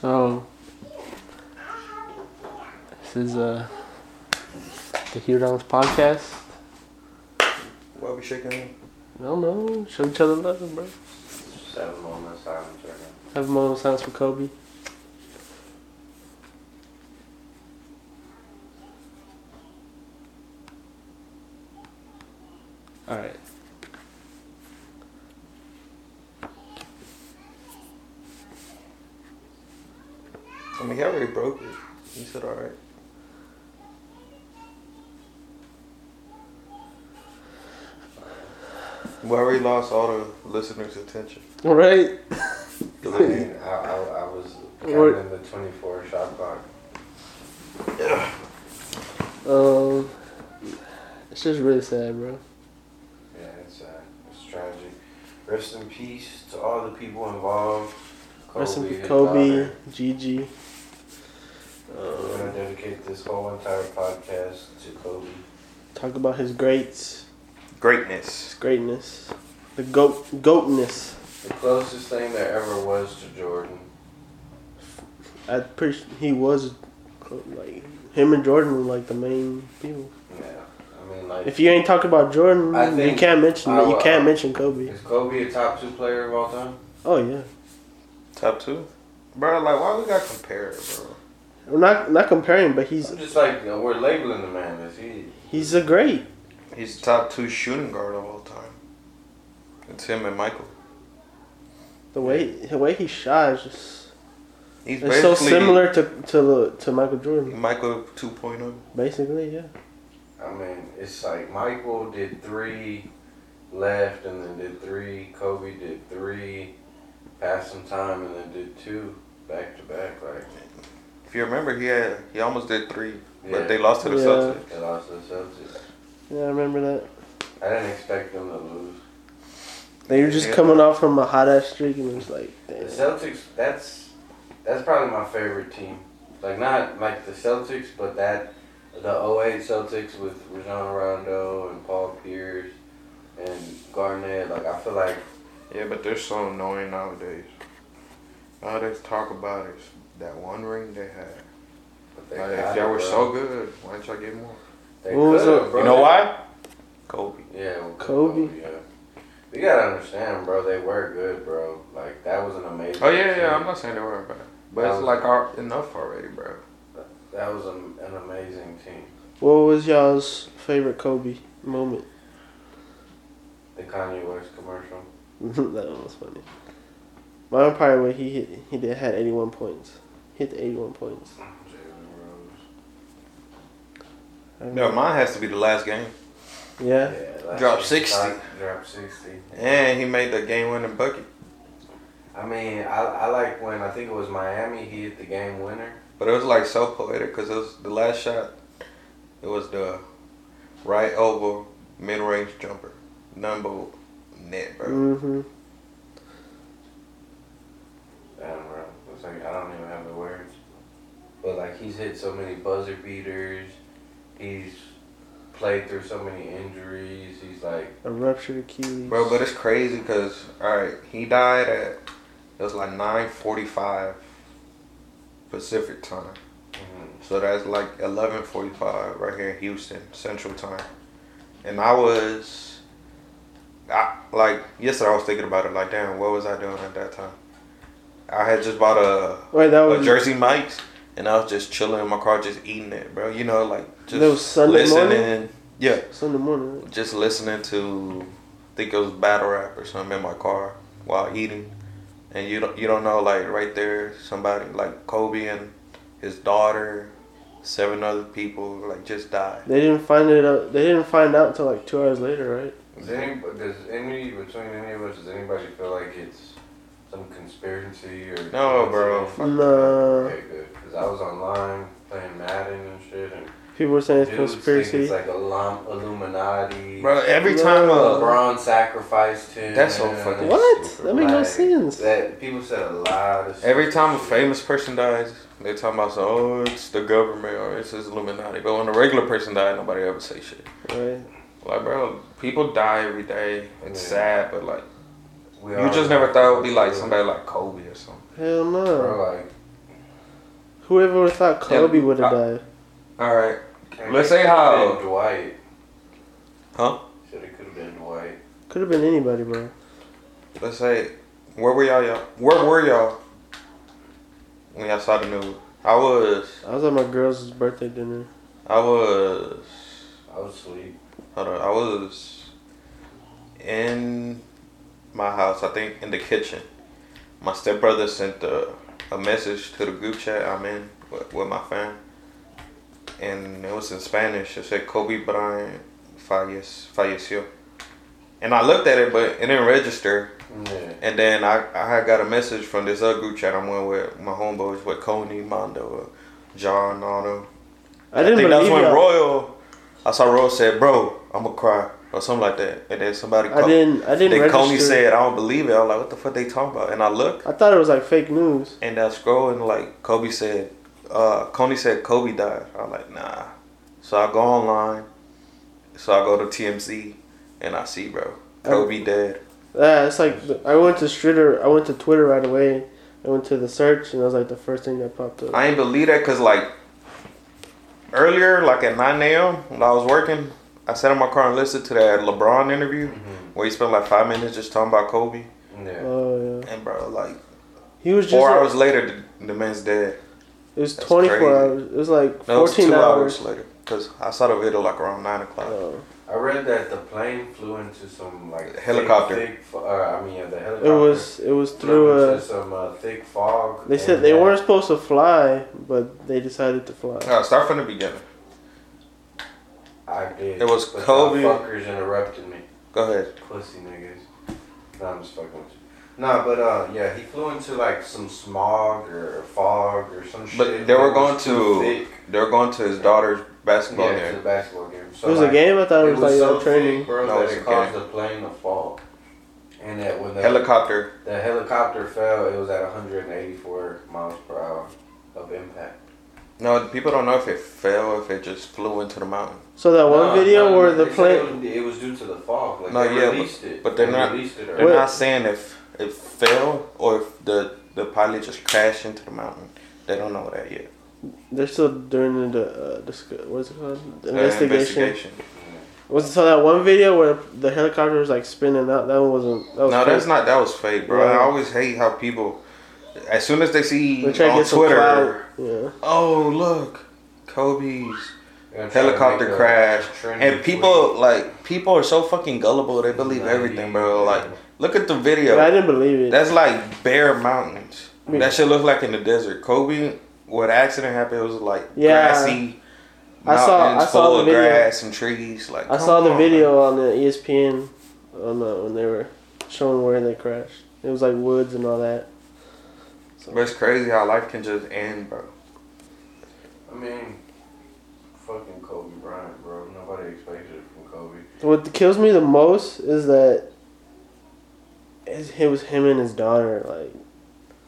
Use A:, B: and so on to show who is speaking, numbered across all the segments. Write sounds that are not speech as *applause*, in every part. A: So this is uh the Hurons podcast.
B: Why we shaking?
A: I don't know. Show each other love, bro.
C: Seven moments silence right now.
A: Have a moment of silence for Kobe. All right.
B: I mean, he already broke it. He said, all right. We already lost all the listeners' attention.
A: All right.
C: I mean, I, I, I was
A: What?
C: counting the 24 shot clock.
A: Um, it's just really sad, bro.
C: Yeah, it's, uh, it's tragic. Rest in peace to all the people involved.
A: Rest in
C: his
A: peace, Kobe,
C: daughter.
A: Gigi.
C: We're
A: Um,
C: gonna dedicate this whole entire podcast to Kobe.
A: talk about his greats, his
B: Greatness.
A: greatness, the goat goatness.
C: The closest thing there ever was to Jordan.
A: I pretty su- he was like him and Jordan were like the main people.
C: Yeah, I mean, like,
A: If you ain't talking about Jordan,
C: I
A: you
C: think
A: can't mention it.
C: I
A: You
C: will-
A: can't mention Kobe.
C: is Kobe a top two player of all time?
A: Oh yeah,
B: Top two. Bro, like, why we got to compare it, bro?
A: we're not not comparing, but he's
C: I'm just like, you know, we're labeling the man. Is he?
A: he's a great.
B: He's the top two shooting guard of all time. It's him and Michael.
A: The way the way he shot is just
B: He's
A: it's so similar to to the, to Michael Jordan.
B: Michael oh. 2.0.
A: Basically, yeah.
C: I mean, it's like Michael did three left and then did three. Kobe did three, passed some time and then did two back to back. Like,
B: If you remember, he had he almost did three,
C: Yeah.
B: but they lost to the
A: Yeah.
B: Celtics.
C: they lost to the Celtics.
A: Yeah, I remember that.
C: I didn't expect them to lose.
A: They were just
B: Yeah.
A: coming off from a hot ass streak and it was like,
C: The
A: damn.
C: Celtics, that's that's probably my favorite team. Like not like the Celtics, but that the 08 Celtics with Rajon Rondo and Paul Pierce and Garnett. Like I feel like
B: Yeah, but they're so annoying nowadays. Nowadays, talk about is that one ring they had.
C: if
B: Like, if y'all were so good, why didn't y'all get more?
C: They
A: What was
C: could've,
A: it?
C: bro.
B: You know why? Kobe.
C: Yeah, well,
A: Kobe.
C: Yeah. You gotta understand, bro. They were good, bro. Like that was an amazing.
B: Oh yeah,
C: team.
B: yeah. I'm not saying they were bad, but
C: That
B: it's
C: was-
B: like our, enough already, bro.
C: That was an, an amazing team.
A: What was y'all's favorite Kobe moment?
C: The Kanye West commercial.
A: *laughs* that one was funny. Mine probably when he hit, he did had eighty one points. Hit the eighty one points.
C: Jalen Rose.
A: I don't
B: No,
A: know.
B: mine has to be the last game,
A: Yeah.
C: last
B: Drop
C: year,
B: 60.
C: Doc Dropped sixty.
B: and he made the game-winning bucket.
C: I mean, I I like when I think it was Miami. He hit the game winner.
B: But it was like so poetic because it was the last shot. It was the right elbow mid-range jumper, number net, bro.
A: Mhm.
C: Damn, bro. It's like I don't even have the words. But like he's hit so many buzzer beaters. He's played through so many injuries. He's like.
A: A ruptured Achilles.
B: Bro, but it's crazy because all right, he died at it was like nine forty-five Pacific time,
C: mhm.
B: so that's like eleven forty-five right here in Houston Central time, and I was, I like yesterday I was thinking about it like damn, what was I doing at that time? I had just bought a,
A: Wait, that
B: a
A: was
B: Jersey Mike's and I was just chilling in my car, just eating it, bro. You know, like just
A: That was Sunday morning?
B: Yeah,
A: Sunday morning. right?
B: just listening to I think it was battle rap or something in my car while eating and you don't you don't know like right there somebody like Kobe and his daughter seven other people like just died
A: They didn't find it out. They didn't find out until like two hours later, right?
C: Does any does any between any of us does anybody feel like it's some conspiracy or
B: No, bro. Fuck
A: Nah.
C: Okay, good. Because I was online playing Madden and shit, and
A: People were saying it's
C: dudes think
A: conspiracy.
C: it's like a lum- Illuminati.
B: bro every time uh,
C: LeBron sacrificed him.
B: That's so fucking-
A: what? That makes no
C: Like,
A: sense.
C: That people said a lot. Of
B: every time a
C: shit.
B: famous person dies they talking about so, oh it's the government or it's this Illuminati but when a regular person died nobody ever say shit
A: Right.
B: like bro people die every day it's
C: Yeah.
B: sad but like
C: We
B: you
C: are-
B: just never thought it would be like somebody like Kobe or something
A: Hell no.
C: Bro, like
A: Whoever would have thought Kobe
B: Yeah,
A: would have
B: I-
A: died?
B: All right.
C: I
B: Let's
C: guess
B: say
C: it could've
B: how-
C: been Dwight
B: Huh?
C: said it could have been Dwight.
A: Could have been anybody, bro.
B: Let's say, where were y'all? Y'all? Where were y'all when y'all saw the news? I was.
A: I was at my girl's birthday dinner.
B: I was.
C: I was asleep.
B: Hold on. I was in my house. I think in the kitchen. My stepbrother sent a, a message to the group chat I'm in with, with my fam, and it was in Spanish. It said Kobe Bryant falle- falleció, and I looked at it, but it didn't register.
C: Yeah.
B: And then I, I had got a message from this other group chat I'm in with my homeboys with Coney, Mondo, John, all them.
A: I didn't
B: think that's
A: believe
B: when
A: y'all.
B: Royal, I saw Royal said, bro, I'm going to cry or something like that. And then somebody
A: I didn't. I didn't
B: then
A: register.
B: Coney said, I don't believe it. I was like, what the fuck they talking about? And I look
A: I thought it was like fake news.
B: and I scroll and like Kobe said, uh, Coney said Kobe died. I was like, nah. So I go online. So I go to TMZ and I see, bro, Kobe dead.
A: Yeah, it's like I went to Twitter. I went to Twitter right away. I went to the search, and I was like the first thing that popped up.
B: I ain't believe that because like earlier, like at 9 a.m. when I was working, I sat in my car and listened to that LeBron interview
C: Mhm.
B: where he spent like five minutes just talking about Kobe.
C: Yeah.
A: Oh yeah,
B: And bro, like
A: he was just.
B: four
A: like-
B: hours later, the, the man's dead.
A: It was
B: That's
A: 24
B: crazy.
A: hours. It was like 14
B: No, it's
A: hours.
B: two hours, Uh, later because I saw the video like around nine o'clock.
A: Oh.
C: I read that the plane flew into some like thick-
B: Helicopter.
C: Thick, fo- uh, I mean, yeah, the helicopter.
A: it was it was through
C: flew
A: a.
C: into some uh, thick fog.
A: They said
C: and
A: they
C: that-
A: weren't supposed to fly, but they decided to fly.
B: All right, start from the beginning.
C: I did.
B: It was
C: but the
B: Kobe.
C: Fuckers interrupted me.
B: Go ahead.
C: Pussy niggas. Nah, I'm just fucking with you. Nah, but uh, yeah, he flew into like some smog or fog or some shit.
B: But they
C: that
B: were
C: was
B: going
C: too
B: to
C: thick.
B: they were going to his daughter's basketball
C: yeah, to
B: game.
C: the basketball game. So
A: it was
C: like,
A: a game. I
C: It
A: thought it was,
C: was
A: like
C: so
A: a training.
C: thick, bro,
B: No, it was
C: that
B: a
C: it caused the plane to fall. And that when the,
B: Helicopter.
C: the helicopter fell, it was at 184 miles per hour of impact.
B: No, people don't know if it fell, if it just flew into the mountain.
A: So that one
C: No,
A: video
C: no,
A: where
C: no,
A: the
C: they said
A: plane.
C: It was, it was due to the fog. Like
B: No,
C: they
B: yeah, but-
C: released it.
B: but they're
C: They
B: not-
C: Released it
B: They're
A: What-
C: already.
B: not saying if it fell or if the the pilot just crashed into the mountain. They don't know that yet.
A: They're still doing the uh, disc- what's it called? The
B: The
A: investigation. Was it so that one video where the helicopter was like spinning out? That one wasn't. That was
B: No,
A: fake.
B: that's not. That was fake, bro.
A: Yeah.
B: I always hate how people, as soon as they see
A: They try to
B: on
A: get some
B: Twitter,
A: Yeah.
B: oh look, Kobe's
C: They're trying to
B: helicopter
C: make a
B: crash,
C: trendy
B: and people like people are so fucking gullible. They believe
C: Nah,
B: everything,
C: you-
B: bro. Like, look at the
A: But I
B: video.
A: didn't believe it.
B: That's like bare mountains.
A: Yeah.
B: That shit look like in the desert. Kobe, where the accident happened, it was like
A: Yeah.
B: grassy.
A: I saw-
B: mountains
A: I saw
B: full
A: the
B: of
A: video.
B: grass and trees. Like
A: I
B: come
A: saw the
B: on, man.
A: video on the E ESPN on the, when they were showing where they crashed. It was like woods and all that.
B: But it's crazy how life can just end, bro.
C: I mean, fucking Kobe Bryant, bro. Nobody expected it from Kobe.
A: What kills me the most is that is- it was him and his daughter, like,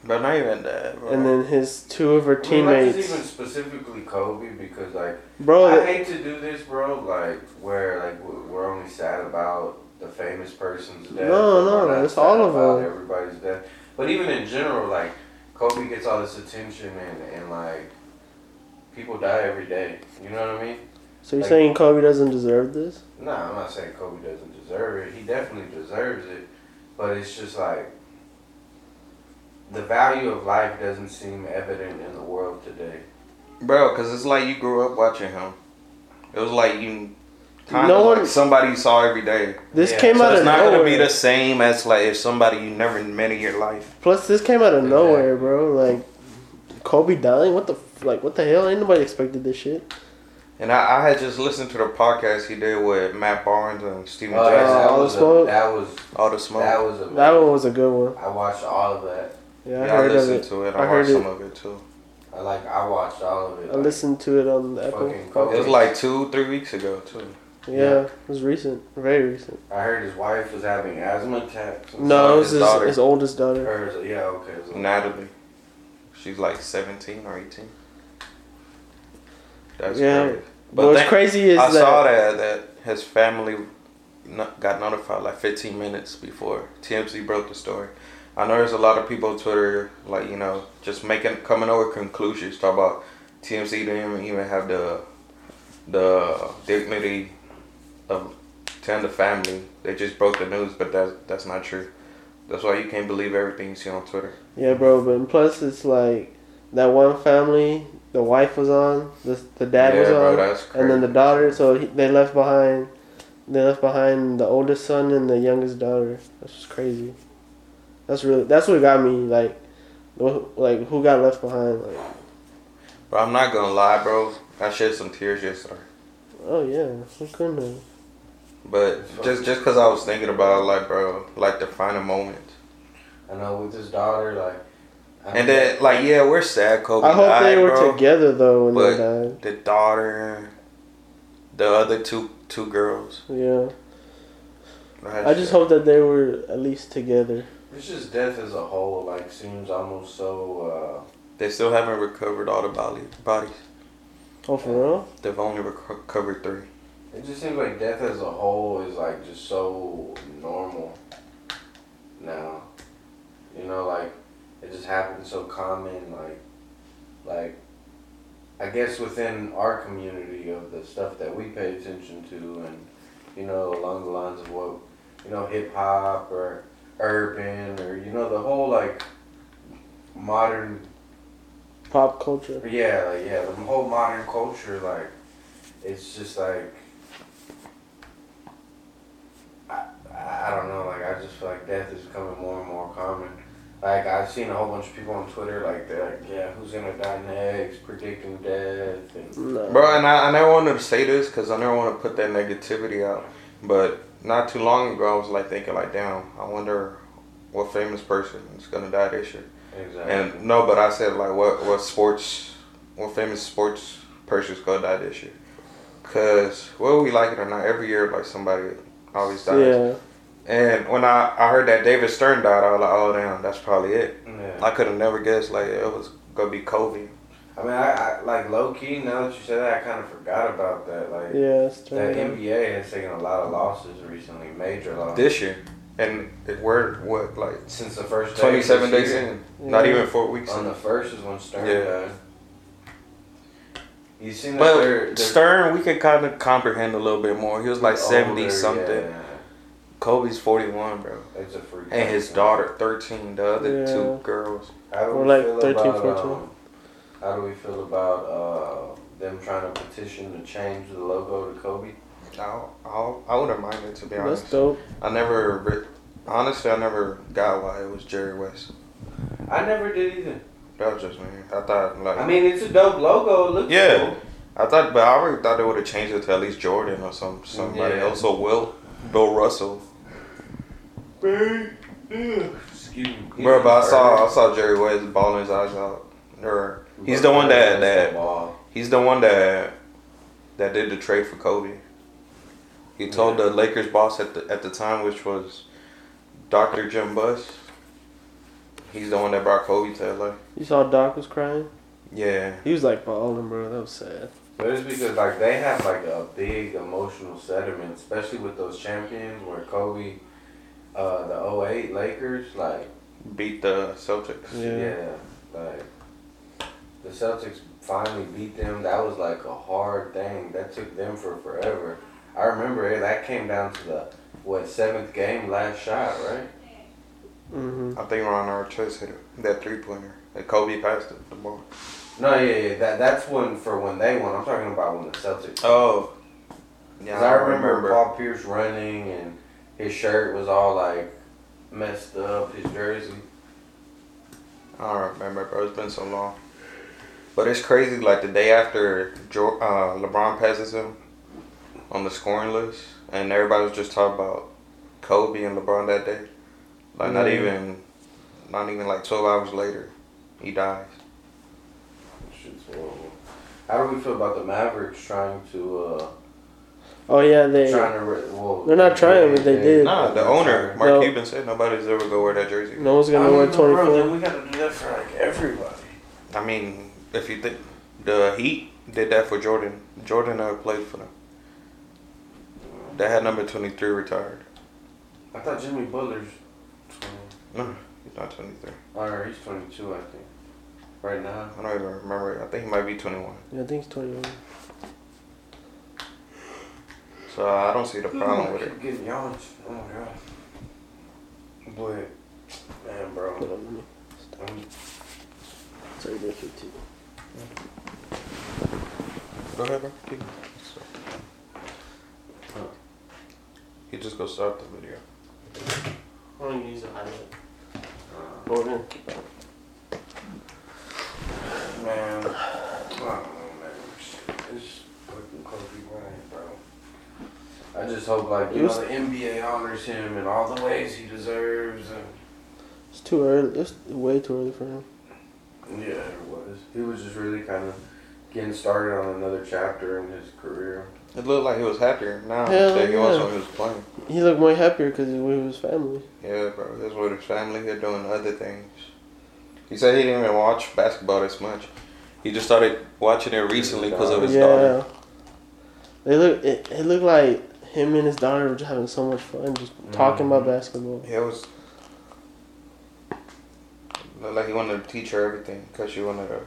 B: But not even that, bro.
A: and then his two of her
C: I mean, like, it's
A: teammates.
C: even specifically Kobe because like.
A: Bro,
C: I
A: that,
C: hate to do this, bro. Like, where like we- we're only sad about the famous person's
A: No,
C: death. but
A: no,
C: we're not
A: it's
C: sad
A: all of
C: about
A: them.
C: Everybody's death, but even in general, like Kobe gets all this attention and and like people die every day. You know what I mean?
A: so you're saying Kobe doesn't deserve this?
C: No, I'm not saying Kobe doesn't deserve it. He definitely deserves it, but it's just like the value of life doesn't seem evident in the world today.
B: Bro, because it's like you grew up watching him. It was like you kind
A: No
B: of
A: one-
B: like somebody you saw every day.
A: This
C: Yeah,
A: came
B: So
A: out
B: it's
A: of
B: not
A: nowhere.
B: gonna be the same as like if somebody you never met in your life.
A: Plus, this came out of
C: Exactly.
A: nowhere, bro. Like, Kobe dying. What the f- like? What the hell? Ain't nobody expected this shit.
B: And I, I had just listened to the podcast he did with Matt Barnes and Steven
C: Oh, yeah,
B: Jackson.
A: all
C: that
A: the
C: was a,
A: smoke?
C: that was
B: All the smoke.
C: that was a
A: That one was a good one.
C: I watched all of that.
A: Yeah, I
B: yeah, I
A: heard of
B: listened
A: it.
B: to it.
A: I
B: I,
A: heard
B: watched
A: it.
B: some of it too.
C: I like I watched all of it.
A: I listened to it on the Apple.
C: Fucking
A: Podcast.
B: It was like two, three weeks ago too.
A: Yeah,
C: yeah.
A: it was recent, very recent.
C: I heard his wife was having asthma attacks. and
A: No, it was
B: his
A: his,
B: daughter.
A: his oldest
C: stuff.
A: daughter.
C: Hers, yeah, okay. it was-
B: Natalie. She's like seventeen or eighteen. That's
A: Yeah.
B: crazy.
A: But what's
B: thank-
A: crazy is
B: I
A: that
B: saw that that his family no- got notified like 15 minutes before TMZ broke the story. I know there's a lot of people on Twitter, like you know, just making coming up with conclusions. Talk about TMC didn't even have the the dignity of telling the family. They just broke the news, but that's that's not true. That's why you can't believe everything you see on Twitter.
A: Yeah, bro. But and plus, it's like that one family. The wife was on. The the dad
B: yeah,
A: was on.
B: bro, that's crazy.
A: and then the daughter. So he, they left behind. They left behind the oldest son and the youngest daughter. That's just crazy. That's really. That's what got me. Like, wh- like who got left behind? Like,
B: But I'm not gonna lie, bro. I shed some tears yesterday.
A: oh yeah, who couldn't have?
B: But just just cause I was thinking about like, bro, like the final moment.
C: I know with his daughter, like. I
B: And then like, yeah, we're sad. Kobe
A: I hope
B: died,
A: they were
B: bro.
A: together though when they died.
B: The daughter, the other two two girls.
A: Yeah,
B: That's
A: I just
B: sad.
A: hope that they were at least together.
C: It's just death as a whole. Like seems almost so. uh,
B: they still haven't recovered all the body bodies.
A: Oh, for real?
B: They've only reco- recovered three.
C: Uh, it just seems like death as a whole is like just so normal. Now, you know, like it just happens so common. Like, like I guess within our community of the stuff that we pay attention to, and you know, along the lines of what you know, hip hop or urban or you know, the whole like modern
A: Pop culture.
C: Yeah, like, yeah, the whole modern culture, like, it's just like, I, I don't know, like, I just feel like death is becoming more and more common. Like, I've seen a whole bunch of people on Twitter, like, they're like, yeah, who's gonna die next, predicting death, and
A: No.
B: Bro, and I, I never wanted to say this because I never want to put that negativity out. But not too long ago, I was like thinking, like, damn, I wonder what famous person is gonna die this year.
C: exactly.
B: And no, but I said like, what what sports, what famous sports person's gonna die this year? Cause whether we like it or not, every year like somebody always dies.
A: Yeah.
B: And when I, I heard that David Stern died, I was like, oh damn, that's probably it.
C: yeah.
B: I could have never guessed like it was gonna be Kobe.
C: I mean, I, I, like, low key, now that you said that, I kind of forgot about that. Like,
A: Yeah. It's
C: the
A: terrible.
C: NBA has taken a lot of losses recently, major losses.
B: This year, and it were what like
C: Since the first day of this
B: 27 days
C: year.
B: in, not
A: Yeah.
B: even four weeks
C: On
B: in.
C: the first is when Stern
B: Yeah.
C: died. You seen that
B: But
C: they're, they're
B: Stern, we could kind of comprehend a little bit more. He was like
C: older,
B: seventy something.
C: yeah.
B: Kobe's forty one, bro,
C: It's a freak.
B: and his daughter thirteen. The other
A: Yeah.
B: two girls.
C: How do
A: We're
C: we
A: like
C: feel
A: 13,
C: about,
A: 14.
C: um, how do we feel about uh, them trying to petition to change the logo to Kobe?
B: I'll, I'll, I wouldn't mind it to be honest.
A: That's dope.
B: I never, re- honestly, I never got why it was Jerry West.
C: I never did either.
B: That was just me. I thought like
C: I mean, it's a dope logo. It looks
B: Yeah.
C: cool.
B: I thought, but I already thought they would have changed it to at least Jordan or some somebody
C: Yeah.
B: else or Will, Bill Russell.
C: Excuse me.
B: Bro, but I saw I saw Jerry West balling his eyes out. Or he's the one that that he's the one that that did the trade for Kobe. He told the Lakers boss at the at the time, which was Dr. Jim Buss. He's the one that brought Kobe to LA.
A: You saw Doc was crying.
B: Yeah.
A: He was like balling, bro. That was sad.
C: But it's because like they have like a big emotional sediment, especially with those champions where Kobe, uh, the 08 Lakers, like
B: Beat the Celtics.
A: Yeah.
C: yeah. like the Celtics finally beat them. That was like a hard thing. That took them for forever. I remember it. That came down to the what seventh game, last shot, right?
A: Mhm.
B: I think Ron Artest hit it, that three pointer. And Kobe passed it the ball.
C: No, yeah, yeah. That that's when for when they won. I'm talking about when the Celtics.
B: Oh.
C: Cause I remember, Paul Pierce running and his shirt was all like messed up, his jersey.
B: I don't remember, bro. It's been so long. But it's crazy. Like the day after Jo- uh, LeBron passes him on the scoring list, and everybody was just talking about Kobe and LeBron that day. Like not
A: Mhm.
B: even, not even like twelve hours later, he dies.
C: Shit's horrible. How do we feel about the Mavericks trying to uh
A: Oh yeah, they.
C: trying to re- well,
A: They're not trying, but they did.
B: Nah, the owner Mark
A: No.
B: Cuban said nobody's ever gonna wear that jersey.
A: No one's
C: I
A: gonna
C: don't
A: wear
C: know,
A: twenty
C: bro,
A: four.
C: then we gotta do that for like everybody.
B: I mean, if you think the Heat did that for Jordan, Jordan never played for them. They had number twenty three retired. *sighs*
C: I thought Jimmy Butler's
B: No, He's not 23.
C: Or he's 22, I think. Right now.
B: I don't even remember. I think he might be 21.
A: Yeah, I think he's 21.
B: So I don't see the problem with
C: I
B: it.
C: keep Getting yawns. Oh my god. But, man,
A: Hold
C: bro.
A: on, let me-
C: I'm
A: Sorry, they're 15.
B: Go ahead, bro. Keep going. So- He just go start the video.
A: I want to use the highlight.
C: Uh,
A: Hold on.
C: man, I don't know, man. Shit, This fucking Kobe Bryant, bro. I just hope, like, you
A: It was-
C: know, the NBA honors him in all the ways he deserves. And,
A: It's too early. It's way too early for him.
C: yeah, it was. He was just really kind of getting started on another chapter in his career.
B: It looked like he was happier now
A: Hell
B: than he was
A: yeah.
B: when he was playing.
A: He looked way happier because he was with his family.
B: Yeah, bro. He was with his family. He was doing other things. He said he didn't even watch basketball as much. He just started watching it recently because of his
A: yeah.
B: daughter.
A: They look. It, it looked like him and his daughter were just having so much fun, just
B: Mm-hmm.
A: talking about
C: Mhm.
A: basketball.
B: He was looked like he wanted to teach her everything because she wanted to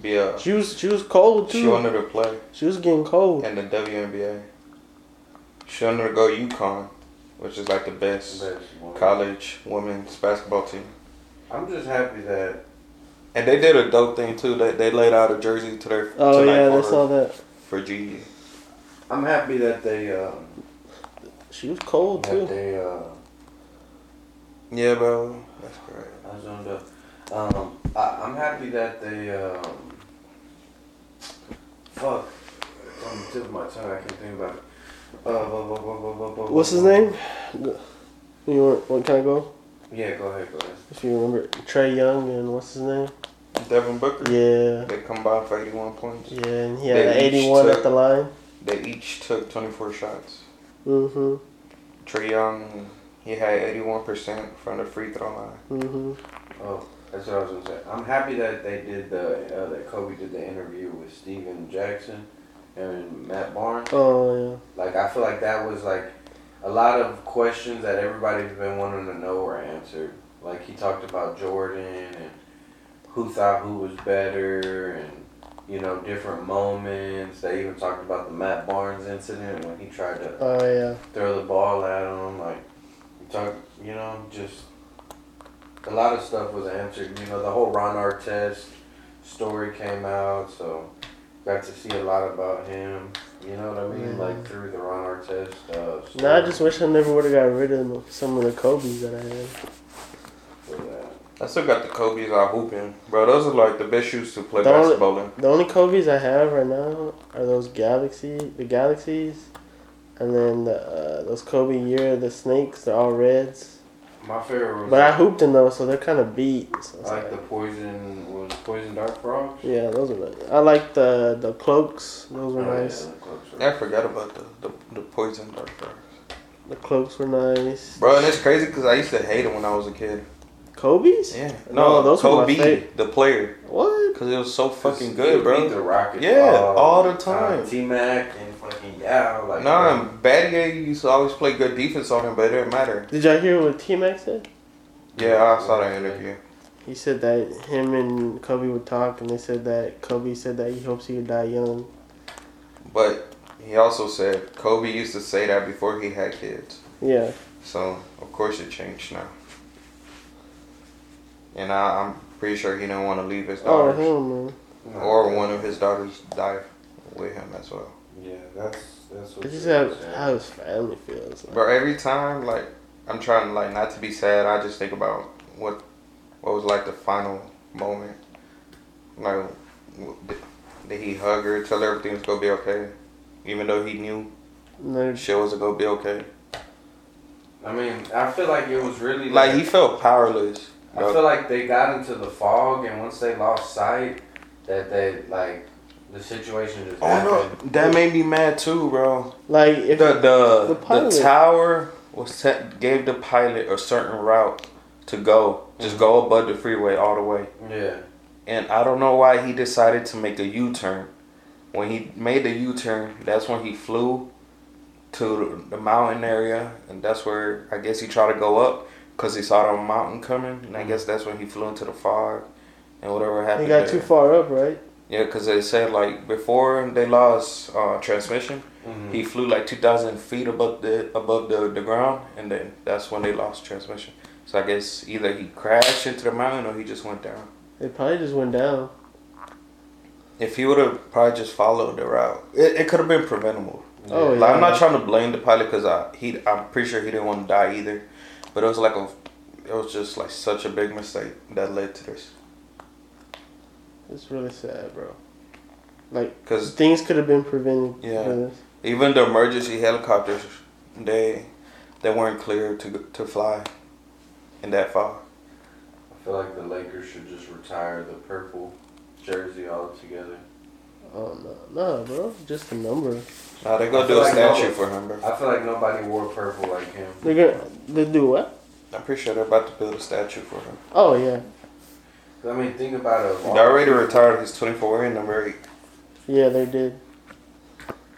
B: be a
A: She was she was cold too.
B: she wanted to play
A: She was getting cold.
B: in the WNBA. She wanted to go UConn, which is like the best
C: Basketball.
B: college women's basketball team.
C: I'm just happy that
B: And they did a dope thing too. They, they laid out a jersey to their
A: Oh
B: tonight
A: yeah,
B: for
A: they
B: her,
A: saw that.
B: for G. E.
C: I'm happy that they um,
A: She was cold
C: that
A: too.
C: they uh,
B: Yeah, bro. That's correct.
C: I zoned up. Um, I, I'm happy that they, um, fuck, it's on the tip of my tongue. I can't think about it. Uh, whoa, whoa, whoa, whoa, whoa, whoa,
A: What's his
C: whoa.
A: name? You want? what- Can I go?
C: Yeah, go ahead, go ahead.
A: If you remember, Trey Young and what's his name?
B: Devin Booker.
A: Yeah.
B: They combined for 81 points.
A: Yeah, and he had
B: They
A: an
B: each
A: 81
B: took-
A: at the line.
B: They each took 24 shots.
A: Mhm.
B: Trey Young, he had 81% from the free throw line.
A: Mhm.
C: Oh, that's what I was gonna say. I'm happy that they did the uh, that Kobe did the interview with Steven Jackson and Matt Barnes.
A: Oh yeah.
C: Like I feel like that was like a lot of questions that everybody's been wanting to know were answered. Like he talked about Jordan and who thought who was better and you know different moments. They even talked about the Matt Barnes incident when he tried to
A: Oh yeah.
C: throw the ball at him. Like you talk, you know, just a lot of stuff was answered. You know, the whole Ron Artest story came out, so got to see a lot about him. You know what I mean?
A: Yeah.
C: Like through the Ron Artest. Uh, story
A: Now I Mm-hmm. just wish I never would have got rid of them- some of the Kobe's that I had.
C: for that.
B: I still got the Kobe's out hooping. Bro, those are like the best shoes to play
A: The only-
B: basketball in.
A: The only Kobe's I have right now are those Galaxy, the Galaxies, and then the, uh, those Kobe year the snakes. They're all reds.
C: My favorite was
A: But I hooped in those, so they're kind of beat. So it's
C: like
A: like,
C: the poison was poison dark frogs.
A: yeah, those are. Nice. I like the the cloaks. Those were
C: Oh, yeah,
A: nice.
C: the cloaks were-
B: I forgot about the, the, the poison dart bro.
A: The cloaks were nice.
B: Bro, and it's crazy because I used to hate it when I was a kid.
A: Kobe's?
B: Yeah. No,
A: No, those were my
B: Kobe,
A: favorite.
B: the player.
A: What?
B: Because it was so fucking
C: He
B: good,
C: beat
B: bro.
C: The Rockets
B: Yeah, all the time.
C: T Mac and fucking yeah, like
B: Nah, and Battier used to always play good defense on him, but it didn't matter.
A: Did y'all hear what T Mac said?
B: Yeah, I saw that interview.
A: He said that him and Kobe would talk, and they said that Kobe said that he hopes he would die young.
B: But he also said Kobe used to say that before he had kids.
A: Yeah.
B: So of course it changed now. And I, I'm pretty sure he didn't want to leave his
A: Oh,
B: daughters
A: hell man.
C: No.
B: or one of his daughters die with him as well.
C: Yeah, that's that's what.
A: It's just
C: she
A: how,
C: was saying.
A: how his family feels. Like,
B: But every time like I'm trying to like not to be sad, I just think about what what was like the final moment. Like w- did, did he hug her, tell her everything was gonna be okay, even though he knew
A: no,
B: shit wasn't gonna be okay.
C: I mean, I feel like it was really
B: Like he felt powerless.
C: I feel like they got into the fog, and once they lost sight, that they like the situation just
B: Oh
C: happened.
B: no, that made me mad too, bro.
A: like if
B: the the,
A: The
B: the,
A: pilot.
B: tower was set, gave the pilot a certain route to go, just go above the freeway all the way.
C: Yeah,
B: And I don't know why he decided to make a U turn. When he made the U turn, that's when he flew to the mountain area, and that's where I guess he tried to go up. because he saw the mountain coming, and I guess that's when he flew into the fog, and whatever happened.
A: Mm-hmm. He got
B: there.
A: too far up, right?
B: Yeah, because they said like before they lost uh, transmission,
C: Mhm.
A: Mm-hmm.
B: he flew like two thousand feet above the above the, the ground, and then that's when they lost transmission. So I guess either he crashed into the mountain or he just went down.
A: It probably just went down.
B: If he would have probably just followed the route, it, it could have been preventable.
A: Oh,
B: Like, I'm
A: yeah.
B: not trying to blame the pilot because I he I'm pretty sure he didn't want to die either, but it was like a it was just like such a big mistake that led to this.
A: It's really sad, bro. Like
B: Because
A: things could have been prevented.
B: Yeah.
A: for this.
B: even the emergency helicopters, they they weren't cleared to to fly in that far.
C: I feel like the Lakers should just retire the purple jersey altogether.
A: Oh no, no, bro. Just a number.
B: Now they gonna
C: I
B: do
C: feel
B: a
C: like
B: statue
C: no-
B: for him, bro.
C: I feel like nobody wore purple like him.
A: They're gonna they do what?
B: I'm pretty sure they're about to build a statue for him.
A: Oh yeah,
C: I mean, think about it.
B: They already retired his 24 and number eight,
A: yeah, they did.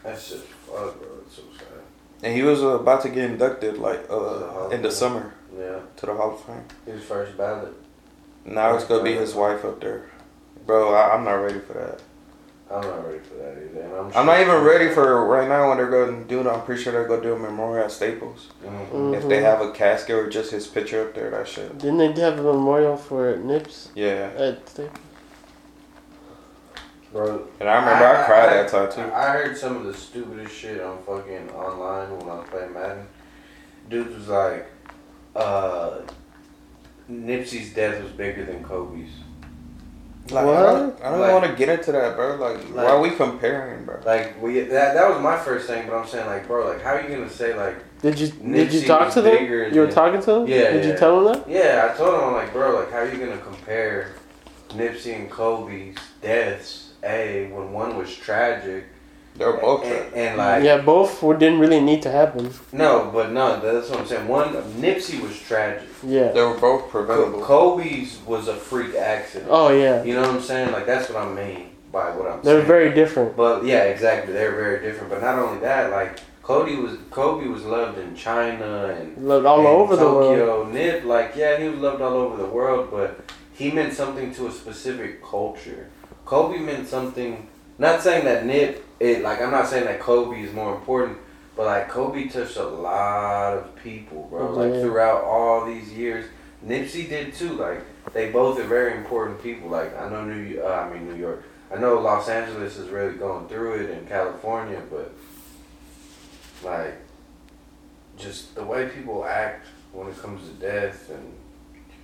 C: That's just fuck, bro. It's so sad.
B: and he was uh, about to get inducted like uh in the summer
C: Yeah,
B: to the Hall of Fame.
C: his first ballot.
B: Now it's gonna be his wife up there, bro. I, I'm not ready for that.
C: I'm not ready for that either. And I'm,
B: I'm not even ready for right now when they're gonna do it. I'm pretty sure they're gonna do a memorial at Staples.
C: hmm
A: Mm.
B: If they have a casket or just his picture up there, that shit.
A: Didn't they have a memorial for Nips?
B: Yeah.
A: At the,
C: Bro,
B: And I remember I, cried that time too.
C: I heard some of the stupidest shit on fucking online when I was playing Madden. Dude was like, uh, Nipsey's death was bigger than Kobe's.
B: Like,
A: What?
B: I don't, I don't
C: Like-
B: want to get into that, bro. Like, why
C: Like-
B: are we comparing, bro?
C: Like we that that was my first thing, but I'm saying like, bro, like how are you gonna say like,
A: did you did you
C: Nipsey
A: talk
C: was
A: to them?
C: bigger
A: You were
C: than-
A: talking to them.
C: Yeah,
A: Did
C: yeah.
A: you tell them that?
C: yeah, I told him I'm like, bro, like how are you gonna compare Nipsey and Kobe's deaths? A when one was tragic,
B: They're both
C: and,
B: trash.
C: and like
A: yeah, both were- didn't really need to happen.
C: no, but no, that's what I'm saying. One Nipsey was tragic.
A: Yeah.
B: They were both
C: Co-
B: preventable.
C: Kobe's was a freak accident.
A: Oh yeah,
C: You know what I'm saying? Like that's what I mean by what I'm
A: they're
C: saying.
A: very different.
C: But yeah, exactly. They're very different. But not only that, like Cody was Kobe was loved in China and
A: Look, all
C: and
A: over the
C: Tokyo.
A: world.
C: Nip, like yeah, he was loved all over the world, but he meant something to a specific culture. Kobe meant something. Not saying that Nip, it like I'm not saying that Kobe is more important, but like Kobe touched a lot of people, bro.
A: Mhm.
C: Like throughout all these years, Nipsey did too. Like they both are very important people. Like I know New, uh, I mean New York. I know Los Angeles is really going through it in California, but like just the way people act when it comes to death and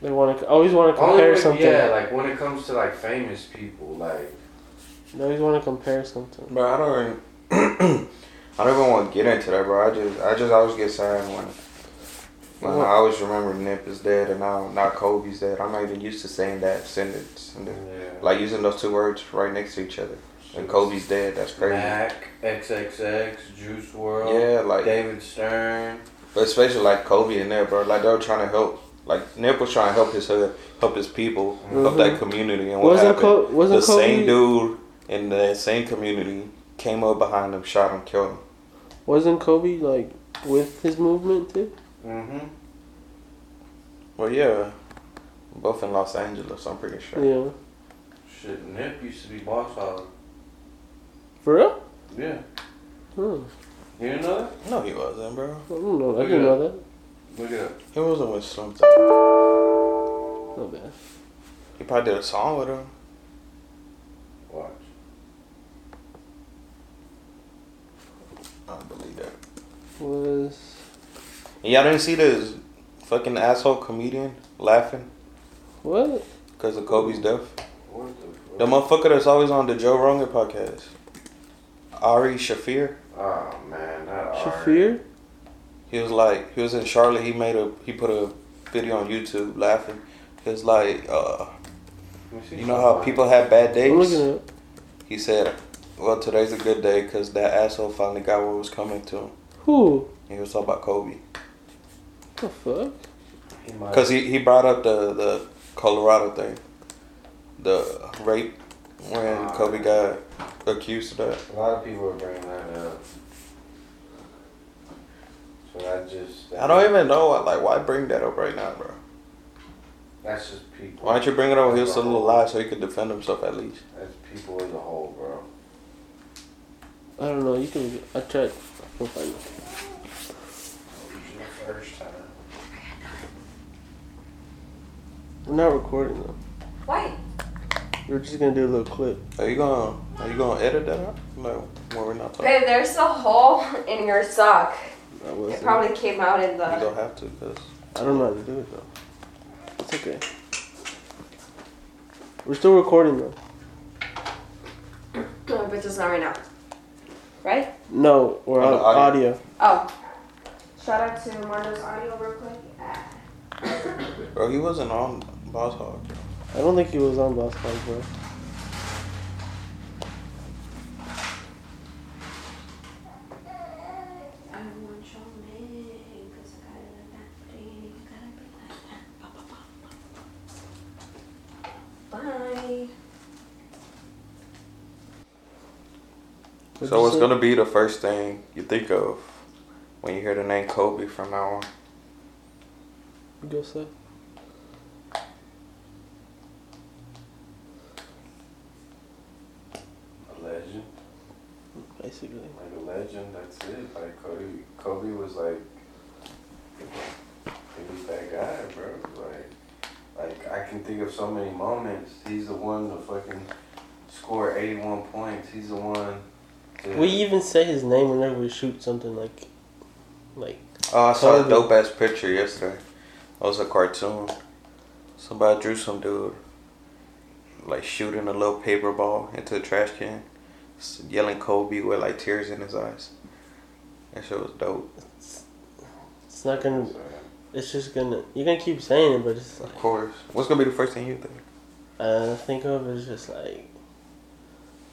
A: They want to always want to
C: Only
A: compare
C: when-
A: something.
C: Yeah, like when it comes to like famous people, like
A: They always want to compare something.
B: Bro, I don't. *clears throat* even- I don't even want to get into that, bro. I just, I just always get sad when, when
A: What?
B: I always remember Nip is dead and now, now Kobe's dead. I'm not even used to saying that sentence, and then-
C: yeah.
B: like using those two words right next to each other. And Kobe's dead. That's crazy.
C: Mac, XXX, Juice World,
B: Yeah, like
C: David Stern.
B: But especially like Kobe in there, bro. Like they were trying to help. Like Nip was trying to help his hood, help his people, help
A: Mhm.
B: that community. And what
A: Wasn't
B: happened?
A: Co- wasn't
B: the
A: Kobe?
B: same dude in the same community came up behind him, shot him, killed him.
A: Wasn't Kobe like with his movement too?
C: Mm-hmm.
B: Well, yeah, both in Los Angeles. I'm pretty sure.
A: Yeah.
C: Shit, Nip used to be boss hog.
A: For real?
C: Yeah.
A: Hmm.
C: You didn't know that?
B: No, he wasn't, bro.
A: I don't know. I didn't
C: Yeah.
A: know that.
C: Look it up.
B: He wasn't with Slim. Thug.
A: Not bad.
B: He probably did a song with him.
C: Watch.
B: I don't believe that.
A: Was
B: And y'all didn't see this fucking asshole comedian laughing
A: what?
B: because of Kobe's death.
C: What the
B: The
C: fuck?
B: motherfucker that's always on the Joe Rogan podcast, Ari Shafir.
C: Oh man, that Ari.
A: Shafir?
B: He was like, he was in Charlotte. He made a, he put a video on YouTube laughing. He was like, uh,
C: Let me see
B: you know how people have bad
A: I'm looking
B: days.
A: at.
B: He said, well, today's a good day because that asshole finally got what was coming to him.
A: Who?
B: And he was talking about Kobe
A: The fuck?
C: He might-
B: because he, he brought up the the Colorado thing, the rape when
A: Ah.
B: Kobe got accused of that.
C: A lot of people are bringing that up. So But I just
B: I don't even know. why- Like, why bring that up right now, bro?
C: That's just people.
B: Why don't you bring it up? He was still alive, so he could defend himself at least.
C: That's people as a whole, bro.
A: I don't know. You can. I tried. We'll find out.
C: The first time.
A: We're not recording though.
D: Why?
A: We're just gonna do a little clip.
B: Are you gonna Are you gonna edit that out? Like, when we're not talking,
D: Babe, there's a hole *laughs* in your sock.
A: I was.
D: It probably came out in
B: you
D: the.
B: don't have to, cause
A: I don't know how to do it though. It's okay. We're still recording though.
D: *coughs* No, but just not right now. Right?
A: No, we're
B: On
A: on
B: the audio.
A: audio.
D: Oh. Shout out to Marlo's audio real quick. Ah. *coughs*
B: bro, he wasn't on Boss Hog. Bro.
A: I don't think he was on Boss Hog, bro.
D: I want your man, 'cause I gotta look that pretty, you gotta be like that. Bye.
B: So what's gonna be the first thing you think of when you hear the name Kobe from now on?
A: Go say.
C: A legend.
A: Basically.
C: Like a legend, that's it. Like Kobe Kobe was like he was that guy, bro. Like like I can think of so many moments. He's the one to fucking score eighty one points. He's the one to
A: We even say his name whenever we shoot something like, like
B: Oh, I saw a
A: Kobe.
B: dope ass picture yesterday. It was a cartoon. Somebody drew some dude like shooting a little paper ball into a trash can, s- yelling Kobe with like tears in his eyes. That shit was dope.
A: it's not gonna.
C: So,
A: It's just gonna. You're gonna keep saying it, but it's
B: Of
A: like.
B: course. What's gonna be the first thing you think?
A: Uh, think of it as just like.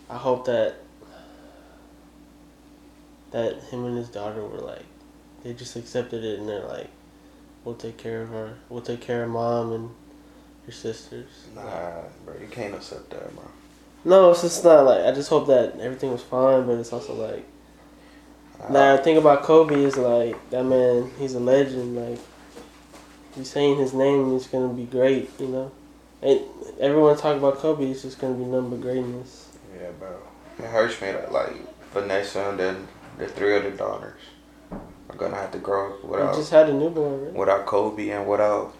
A: I hope that. That him and his daughter were like, they just accepted it and they're like, we'll take care of her. We'll take care of mom and your sisters.
B: Nah, bro, you can't accept that, bro.
A: No, it's just not like I just hope that everything was fine, but it's also like. Now the thing about Kobe is like that man, he's a legend. Like you saying his name, he's gonna be great. You know, and everyone talk about Kobe, it's just gonna be nothing but greatness.
B: Yeah, bro. It hurts me that like Vanessa and then the three other daughters are gonna have to grow up
A: We
B: without
A: just had a newborn, right?
B: without Kobe and without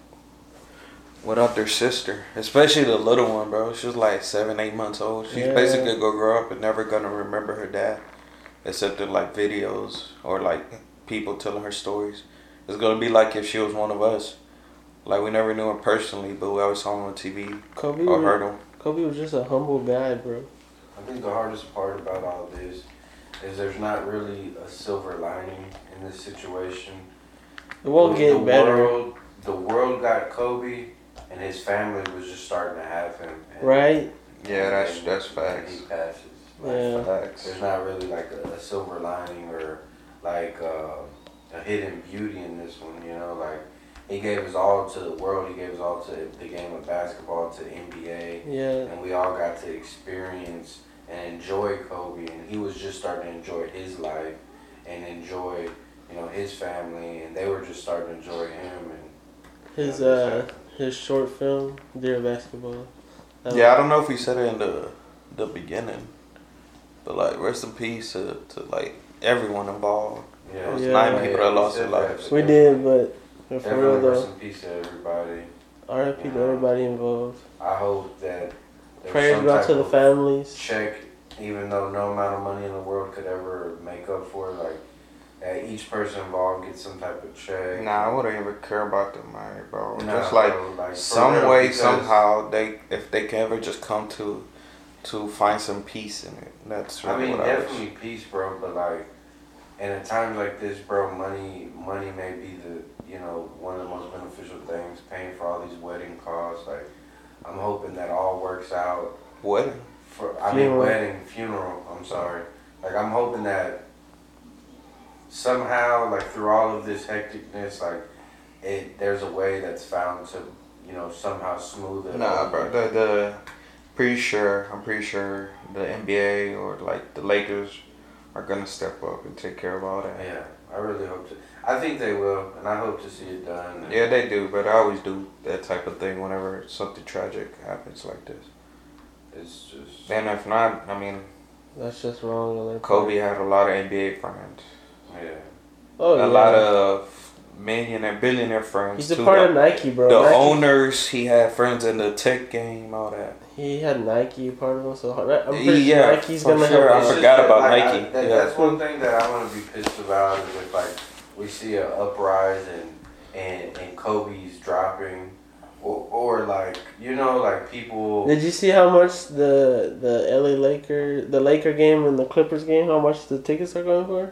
B: without their sister, especially the little one, bro. She's like seven, eight months old. She's
A: Yeah.
B: basically gonna grow up and never gonna remember her dad, except in like videos or like people telling her stories. It's gonna be like if she was one of us. Like we never knew him personally, but we always saw him on TV
A: Kobe,
B: or heard
A: was,
B: him.
A: Kobe was just a humble guy, bro.
C: I think the hardest part about all this is there's not really a silver lining in this situation.
A: It won't
C: The
A: get better,
C: World, the world got Kobe, and his family was just starting to have him. And
A: right?
B: Yeah, that's that's
C: and
B: facts.
C: He passes.
A: Yeah.
B: Facts.
C: There's not really like a, a silver lining or like uh, a hidden beauty in this one, you know. Like he gave us all to the world. He gave us all to the game of basketball, to the NBA,
A: Yeah,
C: and we all got to experience and enjoy Kobe. And he was just starting to enjoy his life and enjoy, you know, his family, and they were just starting to enjoy him. And
A: his
C: Yeah, that's
A: uh, his short film, Dear Basketball. That
B: Yeah, I don't know if we said it in the the beginning, but like rest in peace to, to like everyone involved.
C: Yeah,
B: It was
A: Yeah.
B: nine people that
C: Yeah,
B: lost their
C: we said
B: lives.
A: was- we did, but but for real
C: Definitely rest
A: though,
C: in peace to everybody.
A: R.I.P. to everybody involved.
C: I hope that there's
A: Prayers
C: some
A: go out
C: type
A: to the
C: of
A: families.
C: Check, even though no amount of money in the world could ever make up for it. Like, that each person involved gets some type of check.
B: Nah, I wouldn't even care about the money, bro.
C: Nah,
B: just like
C: bro, for
B: some
C: real,
B: way,
C: because
B: somehow, they if they can ever just come to to find some peace in it. That's
C: I
B: really
C: mean,
B: what I wish.
C: definitely peace, bro. But like, in a time like this, bro, money, money may be the you know one of the most beneficial things. Paying for all these wedding costs, like, I'm hoping that all works out.
B: What?
C: For, I mean,
A: Funeral.
C: wedding, funeral. I'm sorry. Like, I'm hoping that somehow, like, through all of this hecticness, like, it there's a way that's found to, you know, somehow smooth it.
B: Nah,
C: out.
B: bro. The the pretty sure I'm pretty sure the NBA or like the Lakers are gonna step up and take care of all that.
C: Yeah, I really hope to. I think they will, and I hope to see it done. and-
B: Yeah, they do, but I always do that type of thing whenever something tragic happens like this.
C: It's just.
B: And if not, I mean,
A: That's just wrong. on their part.
B: Kobe had a lot of NBA friends,
C: Yeah.
A: Oh,
B: a
A: yeah.
B: lot of million and billionaire friends.
A: He's a
B: too,
A: part
B: like
A: of Nike, bro.
B: The
A: Nike-
B: owners, he had friends in the tech game, all that.
A: He had Nike part of him, so I'm
B: Yeah,
A: pretty
B: yeah,
A: sure Nike's
B: for
A: gonna
B: sure. I
A: help.
C: It's
A: him.
B: forgot
C: just that,
B: about
C: like, I-
B: Nike.
C: that-
B: Yeah.
C: That's one thing that I want to be pissed about is if like we see a uprise and and and Kobe's dropping, or or like you know like people.
A: Did you see how much the the LA Laker the Laker game and the Clippers game? How much the tickets are going for?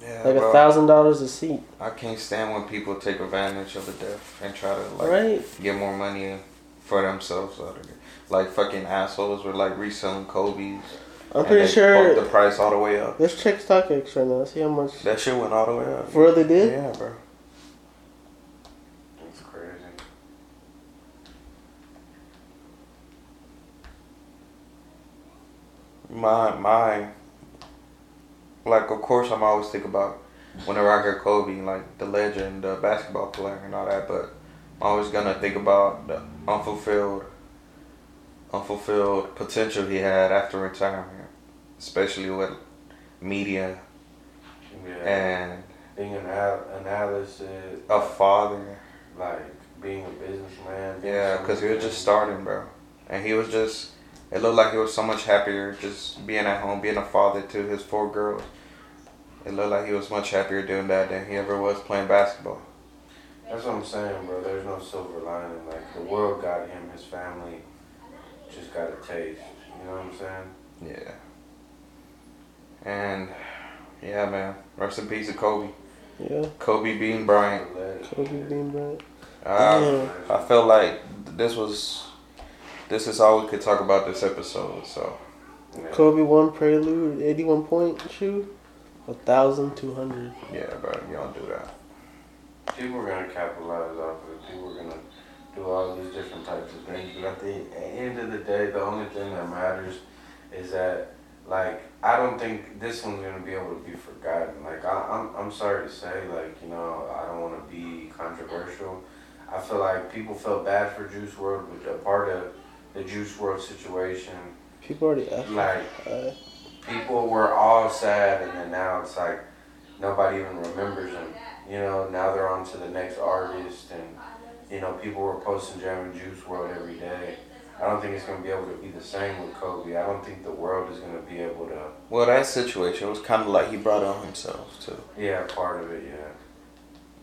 B: Yeah,
A: Like a
B: bro.
A: thousand dollars a seat,
B: I can't stand when people take advantage of the death and try to like
A: right?
B: get more money for themselves out of it. Like fucking assholes were like reselling Kobe's.
A: I'm
B: and
A: pretty
B: they
A: sure.
B: bumped the price all the way up.
A: Let's check StockX right now. See how much
B: That shit went all the way up.
A: for they did.
B: Yeah, bro.
C: It's crazy.
B: My my. Like of course I'm always think about whenever I hear Kobe, like the legend, the basketball player, and all that. But I'm always gonna think about the unfulfilled, unfulfilled potential he had after retirement, especially with media
C: Yeah.
B: and
C: Being an al- analysis,
B: a father.
C: like being a businessman. being
B: Yeah,
C: someone
B: because he was just
C: that-
B: starting, bro. And he was just, it looked like he was so much happier just being at home, being a father to his four girls. It looked like he was much happier doing that than he ever was playing basketball.
C: That's what I'm saying, bro. There's no silver lining. Like the world got him, his family just got a taste. You know what I'm saying?
B: Yeah. And, yeah, man. Rest in peace to Kobe.
A: Yeah,
B: Kobe Bean Bryant.
A: Kobe Bean Bryant.
B: Uh, I felt like this was, this is all we could talk about this episode, so.
C: Yeah.
A: Kobe one prelude, eighty-one point shoot, a thousand two hundred.
B: Yeah, bro, you don't do that.
C: people are gonna capitalize off of it. People are gonna do all these different types of things. But at the end of the day, the only thing that matters is that, like, I don't think this one's gonna be able to be forgotten. Like, I, I'm, I'm sorry to say, like, you know, I don't want to be controversial. I feel like people felt bad for Juice World, but a part of the Juice World situation,
A: People already asked.
C: like
A: Uh,
C: people were all sad and then now it's like nobody even remembers them you know now they're on to the next artist and you know people were posting jam and juice world every day i don't think it's going to be able to be the same with kobe i don't think the world is going to be able to
B: Well, that situation was kind of like he brought on himself, too.
C: yeah part of it yeah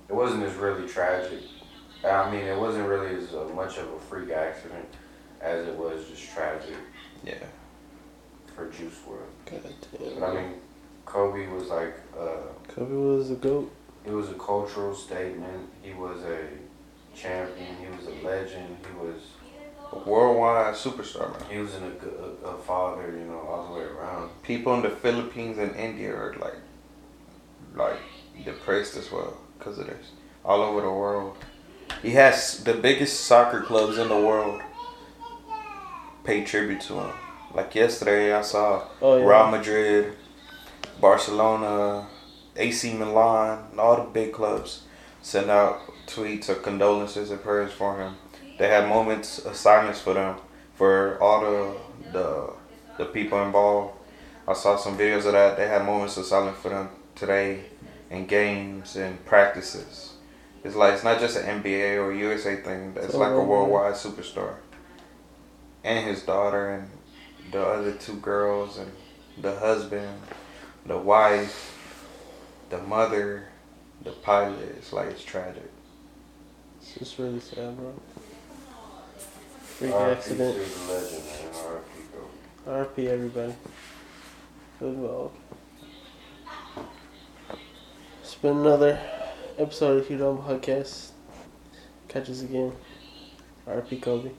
C: it wasn't as really tragic i mean it wasn't really as uh, much of a freak accident as it was just tragic
B: Yeah.
C: for juice world but i
A: goddamn.
C: mean kobe was like uh
A: Kobe was a goat.
C: It was a cultural statement. He was a champion. He was a legend. He was
B: worldwide superstar. Man.
C: he was an, a, good- a, a father, you know, all the way around.
B: People in the Philippines and India are like, like depressed as well because of this. All over the world, he has the biggest soccer clubs in the world. Pay tribute to him. Like yesterday, I saw
A: Oh yeah.
B: Real Madrid, Barcelona, AC Milan, and all the big clubs send out tweets of condolences and prayers for him. They had moments of silence for them, for all the the the people involved. I saw some videos of that. They had moments of silence for them today, in games and practices. It's like it's not just an NBA or USA thing. It's like a worldwide superstar. And his daughter and the other two girls and the husband, the wife, the mother, the pilot. It's like it's tragic.
A: It's just really sad, bro. Freak
C: R.I.P.
A: accident.
C: to the legend, man. R.I.P. Kobe.
A: RP everybody. Involved. It's been another episode of Hugh Dome Podcast. Catch us again. RP Kobe.